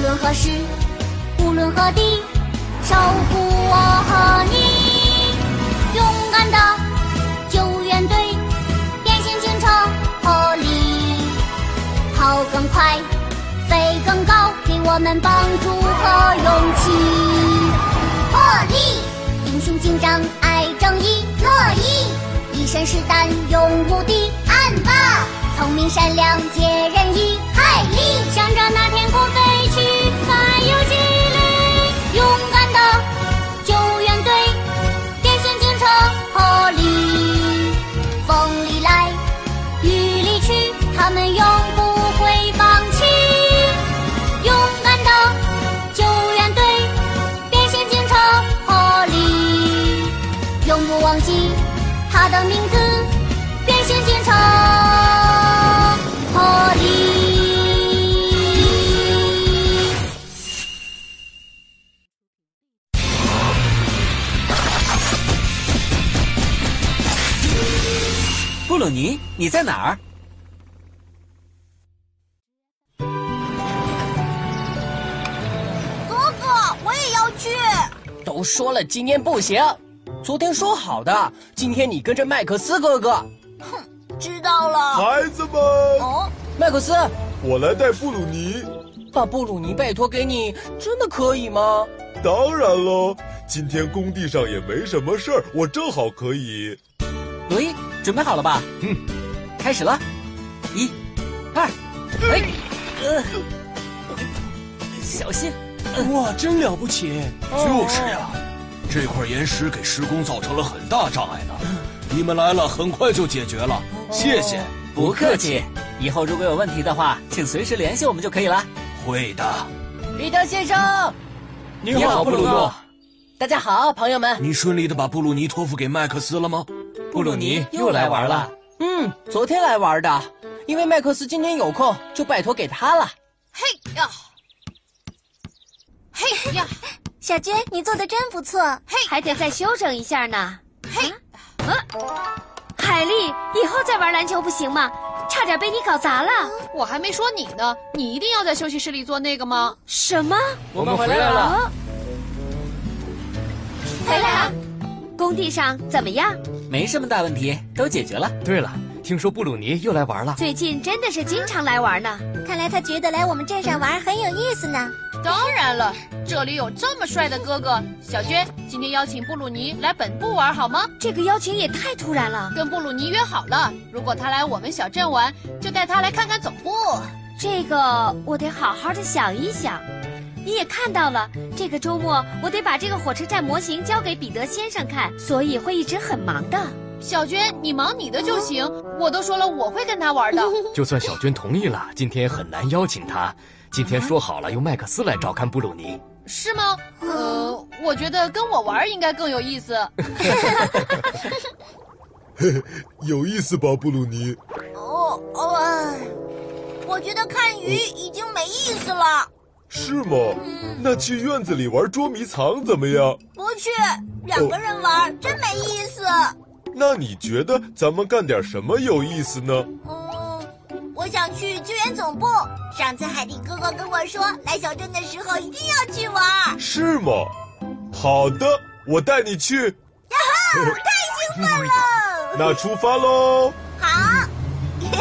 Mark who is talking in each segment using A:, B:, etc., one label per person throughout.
A: 论何时，无论何地，守护我和你。勇敢的救援队，变形警车合力，跑更快，飞更高，给我们帮助和勇气。破例，英雄警长爱正义，乐意一身是胆勇无敌，暗霸聪明善良解人意，海力向着那天空飞去，还有激励，勇敢的救援队，变形警车合力，风里来，雨里去，他们永不会放弃，勇敢的救援队，变形警车合力，永不忘记他的名字，变形警车。破例。
B: 布鲁尼，你在哪儿？
C: 哥哥，我也要去。
D: 都说了今天不行，昨天说好的，今天你跟着麦克斯哥哥。
C: 哼，知道了。
E: 孩子们，
C: 哦，
D: 麦克斯，
E: 我来带布鲁尼。
D: 把布鲁尼拜托给你，真的可以吗？
E: 当然喽，今天工地上也没什么事儿，我正好可以。
B: 罗伊，哎准备好了吧？嗯，开始了，一、二，哎，呃，小心！哦
F: 哇，真了不起！
G: 就是呀，这块岩石给施工造成了很大障碍呢。你们来了，很快就解决了，谢谢。
B: 不客气。以后如果有问题的话，请随时联系我们就可以了。
G: 会的。
D: 彼得先生，
G: 你
B: 好布鲁诺。
D: 大家好，朋友们。
G: 你顺利的把布鲁尼托付给麦克斯了吗？
B: 布鲁尼又来玩了。
D: 嗯，昨天来玩的，嗯因为麦克斯今天有空，就拜托给他了。
C: 嘿呀，嘿呀，
H: 小娟，你做的真不错，还得再修整一下呢。嗯
C: 嘿，
H: 海丽，以后再玩篮球不行吗？差点被你搞砸了。
I: 我还没说你呢，你一定要在休息室里做那个吗？
H: 什么？
B: 我们回来了。
H: 啊？回来了。工地上怎么样？
B: 没什么大问题，都解决了。
J: 对了，听说布鲁尼又来玩了，
H: 最近真的是经常来玩呢。
K: 看来他觉得来我们镇上玩很有意思呢。
I: 当然了，这里有这么帅的哥哥，小娟，今天邀请布鲁尼来本部玩好吗？
H: 这个邀请也太突然了。
I: 跟布鲁尼约好了，如果他来我们小镇玩，就带他来看看总部。
H: 这个我得好好的想一想。你也看到了，这个周末我得把这个火车站模型交给彼得先生看，所以会一直很忙的。
I: 小娟，你忙你的就行，我都说了我会跟他玩的。
J: 就算小娟同意了，今天很难邀请他。今天说好了由麦克斯来照看布鲁尼。
I: 是吗？呃，我觉得跟我玩应该更有意思。
E: 有意思吧，布鲁尼？
C: 哦哦，哎我觉得看鱼已经没意思了。
E: 是吗？那去院子里玩捉迷藏怎么样？
C: 不去，两个人玩真没意思。
E: 那你觉得咱们干点什么有意思呢？
C: 嗯，我想去救援总部。上次海蒂哥哥跟我说，来小镇的时候一定要去玩，啊
E: 是吗？好的，我带你去。那出发喽！
C: 好。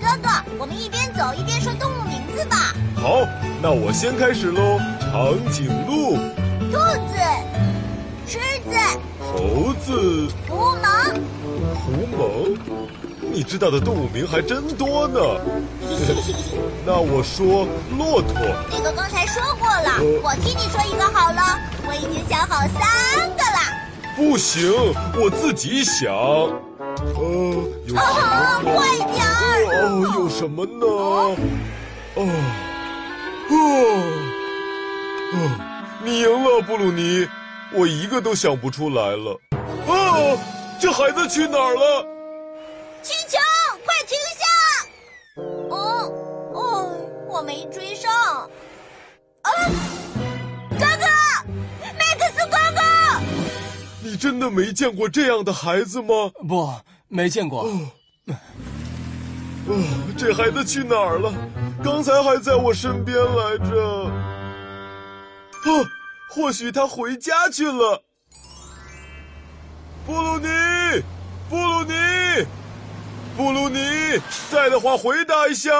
C: 哥哥，我们一边走一边说动物名字吧。
E: 好，那我先开始喽。长颈鹿、
C: 兔子、狮子、
E: 猴子、
C: 狐獴、
E: 狐獴，你知道的动物名还真多呢。那我说骆驼，
C: 那个刚才说过了，我替你说一个好了，我已经想好三个了。
E: 不行，我自己想。呃，有什
C: 啊，
E: 么？
C: 快点儿！
E: 哦，有什么呢？哦，哦，哦，你赢了，布鲁尼，我一个都想不出来了。啊，这孩子去哪儿了？
C: 气球，快停下！哦哦，我没追上。啊！哥哥，麦克斯哥哥，
E: 你真的没见过这样的孩子吗？
D: 嗯
J: 不，没见过。
E: 哦，这孩子去哪儿了？刚才还在我身边来着。哦，或许他回家去了。布鲁尼，布鲁尼，布鲁尼，在的话回答一下。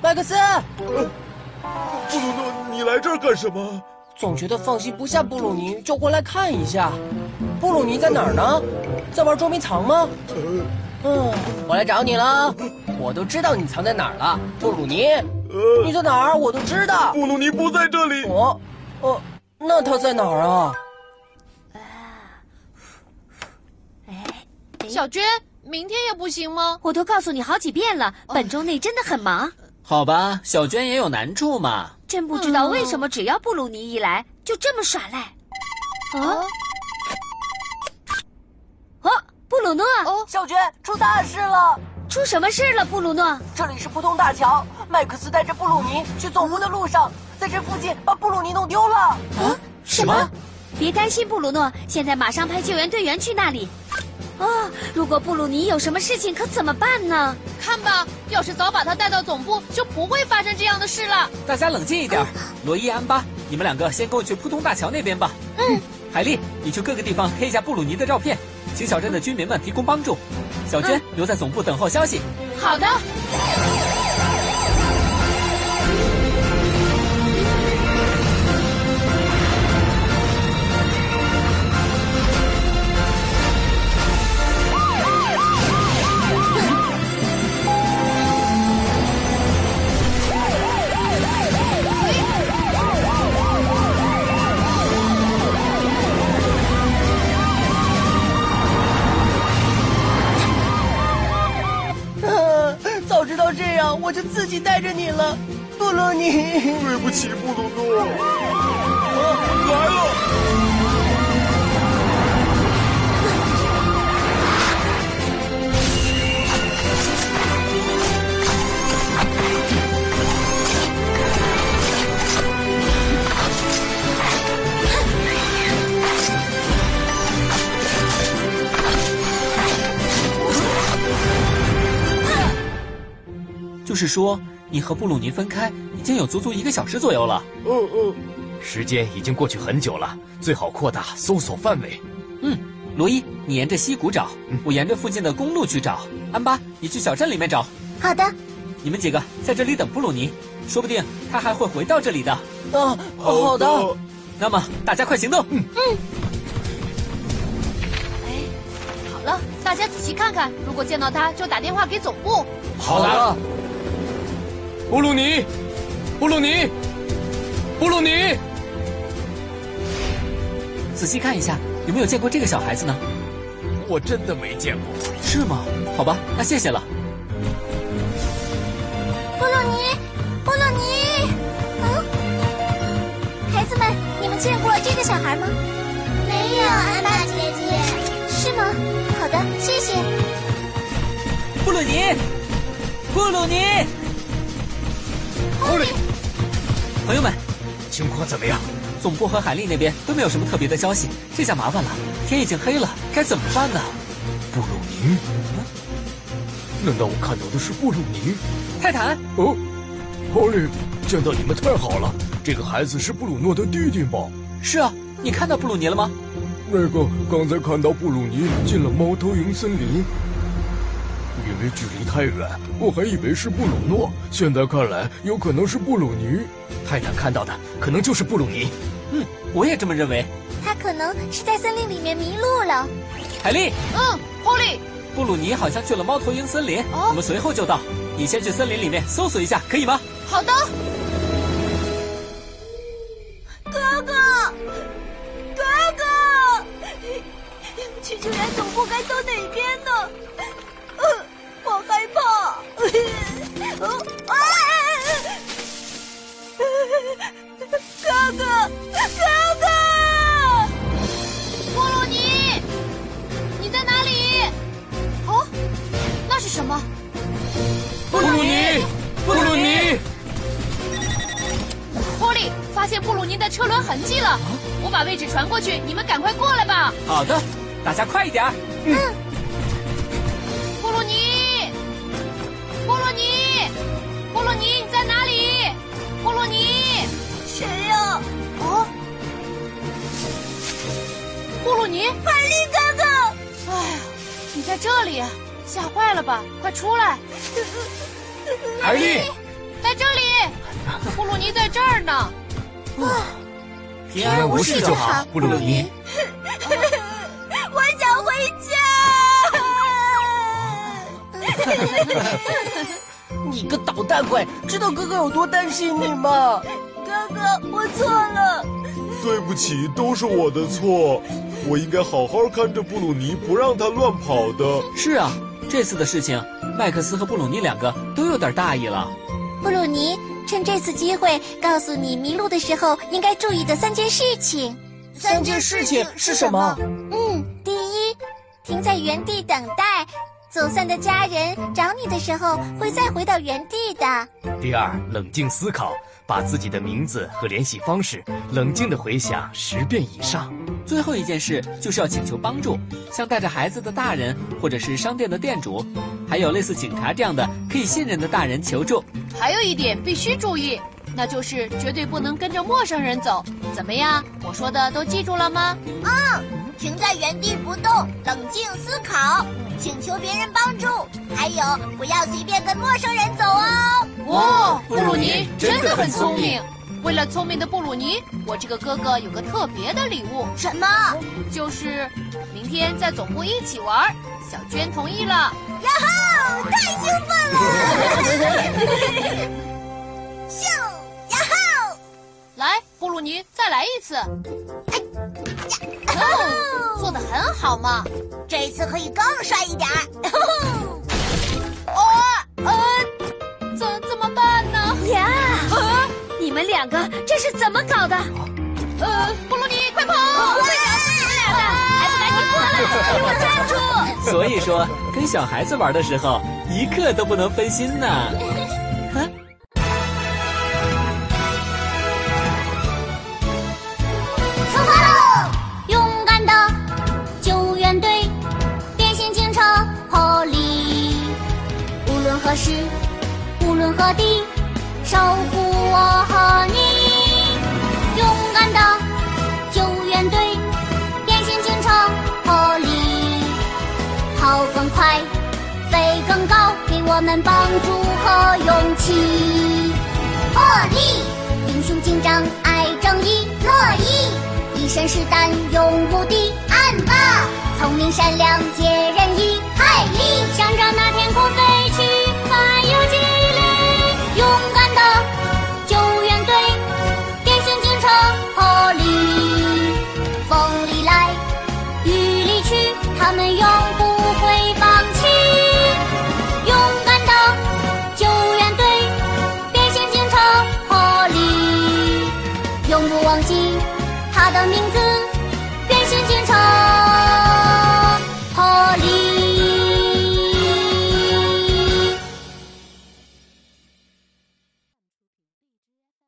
D: 麦克斯，
E: 呃布鲁诺，你来这儿干什么？
D: 总觉得放心不下布鲁尼，就过来看一下。布鲁尼在哪儿呢？在玩捉迷藏吗？嗯，我来找你了。我都知道你藏在哪儿了，布鲁尼。你在哪儿？我都知道。
E: 布鲁尼不在这里。
D: 哦，哦，那他在哪儿啊？
I: 小娟，明天也不行吗？
H: 我都告诉你好几遍了，
B: 哦
H: 本周内真的很忙。
B: 好吧，小娟也有难处嘛。
H: 真不知道为什么，只要布鲁尼一来，就这么耍赖。啊！哦，布鲁诺，
L: 哦，小娟出大事了！
H: 出什么事了，布鲁诺？
L: 这里是浦东大桥，麦克斯带着布鲁尼去总部的路上，在这附近把布鲁尼弄丢了。啊？
H: 什么？别担心，布鲁诺，现在马上派救援队员去那里。啊、哦，如果布鲁尼有什么事情，可怎么办呢？
I: 看吧，要是早把他带到总部，就不会发生这样的事了。
B: 大家冷静一点，罗伊、安巴，你们两个先跟我去浦东大桥那边吧。嗯，海丽，你去各个地方黑一下布鲁尼的照片，请小镇的居民们提供帮助。小娟、嗯、留在总部等候消息。
I: 好的。
L: 早知道这样，我就自己带着你了，布鲁尼。
E: 对不起，布鲁诺。啊，来了！
B: 就是说，你和布鲁尼分开已经有足足一个小时左右了。
E: 嗯嗯，
J: 时间已经过去很久了，最好扩大搜索范围。嗯
B: 嗯，罗伊，你沿着溪谷找，我沿着附近的公路去找。安巴，你去小镇里面找。
K: 好的。
B: 你们几个在这里等布鲁尼，说不定他还会回到这里的。
D: 啊，
J: 哦
D: 好的。
B: 那么大家快行动。嗯。
I: 哎，好了，大家仔细看看，如果见到他就打电话给总部。
G: 好了。布鲁尼，布鲁尼，布鲁尼，
B: 仔细看一下，有没有见过这个小孩子呢？
J: 我真的没见过。
B: 是吗？好吧，那谢谢了。
K: 布鲁尼，布鲁尼，嗯，
M: 孩子们，你们见过这个小孩吗？
K: 没有，安娜姐姐。
M: 是吗？好的，谢谢。
B: 布鲁尼，布鲁尼。朋友们，
J: 情况怎么样？
B: 总部和海丽那边都没有什么特别的消息，这下麻烦了。天已经黑了，该怎么办呢？
J: 布鲁尼？难道我看到的是布鲁尼？
B: 泰坦？
J: 哦，波利，见到你们太好了。这个孩子是布鲁诺的弟弟吗？
B: 是啊，你看到布鲁尼了吗？
J: 那个刚才看到布鲁尼进了猫头鹰森林。因为距离太远，我还以为是布鲁诺，现在看来有可能是布鲁尼。
B: 泰坦看到的可能就是布鲁尼。嗯，我也这么认为。
M: 他可能是在森林里面迷路了。
B: 海丽，
I: 嗯，波利，
B: 布鲁尼好像去了猫头鹰森林，哦、我们随后就到。你先去森林里面搜索一下，可以吗？
I: 好的。
C: 哥哥，哥哥，去救援总部该走哪边呢？呃我害怕，啊！哥哥，哥哥，
I: 布鲁尼，你在哪里？哦，那是什么？
G: 布鲁尼，布鲁尼！
I: 波利发现布鲁尼的车轮痕迹了，啊、我把位置传过去，你们赶快过来吧。
B: 好的，大家快一点。嗯。
I: 布鲁尼，尼，布鲁尼，你在哪里？布鲁尼，
C: 谁呀、啊？哦，
I: 布鲁尼，
C: 海丽哥哥，
I: 哎呀，你在这里，啊吓坏了吧？快出来！
B: 海丽，
I: 在这里，布鲁尼在这儿呢。
B: 啊，平安无事就好，布鲁尼。
C: 我想回家。
D: 你个捣蛋鬼，知道哥哥有多担心你吗？
C: 哥哥，我错了。
E: 对不起，都是我的错。我应该好好看着布鲁尼，不让他乱跑的。
B: 是啊，这次的事情，麦克斯和布鲁尼两个都有点大意了。
K: 布鲁尼，趁这次机会，告诉你迷路的时候应该注意的三件事情。
D: 三件事情是什么？
K: 嗯，第一，停在原地等待。走散的家人找你的时候，会再回到原地的。
N: 第二，冷静思考，把自己的名字和联系方式冷静的回想十遍以上。
B: 最后一件事就是要请求帮助，像带着孩子的大人，或者是商店的店主，还有类似警察这样的可以信任的大人 求助。
I: 还有一点必须注意，那就是绝对不能跟着陌生人走。怎么样？我说的都记住了吗？
C: 嗯，停在原地不动，冷静思考。请求别人帮助，还有不要随便跟陌生人走哦。
I: 哦，布鲁尼真的很聪明。为了聪明的布鲁尼，我这个哥哥有个特别的礼物。
C: 什么？
I: 就是明天在总部一起玩。小娟同意了。
C: 呀哈！太兴奋了！ 咻呀哈！
I: 来，布鲁尼，再来一次。哎呀！哦、做的很好嘛。
C: 这次可以更帅一点儿。
I: 哦，呃，怎怎么办呢？
H: 呀！啊！你们两个这是怎么搞的？
I: 呃，布鲁尼，快跑！
H: 快找死你们 俩的！还哎不赶紧过
N: 哎
H: 来，给我站住！
B: 所以说，跟小孩子玩的时候，一刻都不能分心呢。啊！
A: 出发喽！勇敢的救援队。破例，无论何时，无论何地，守护我和你。勇敢的救援队，变形警察破例，跑更快，飞更高，给我们帮助和勇气。破例，英雄警长爱正义，乐意，一身是胆勇无敌，暗霸，聪明善良解人意。海力，想让那天空。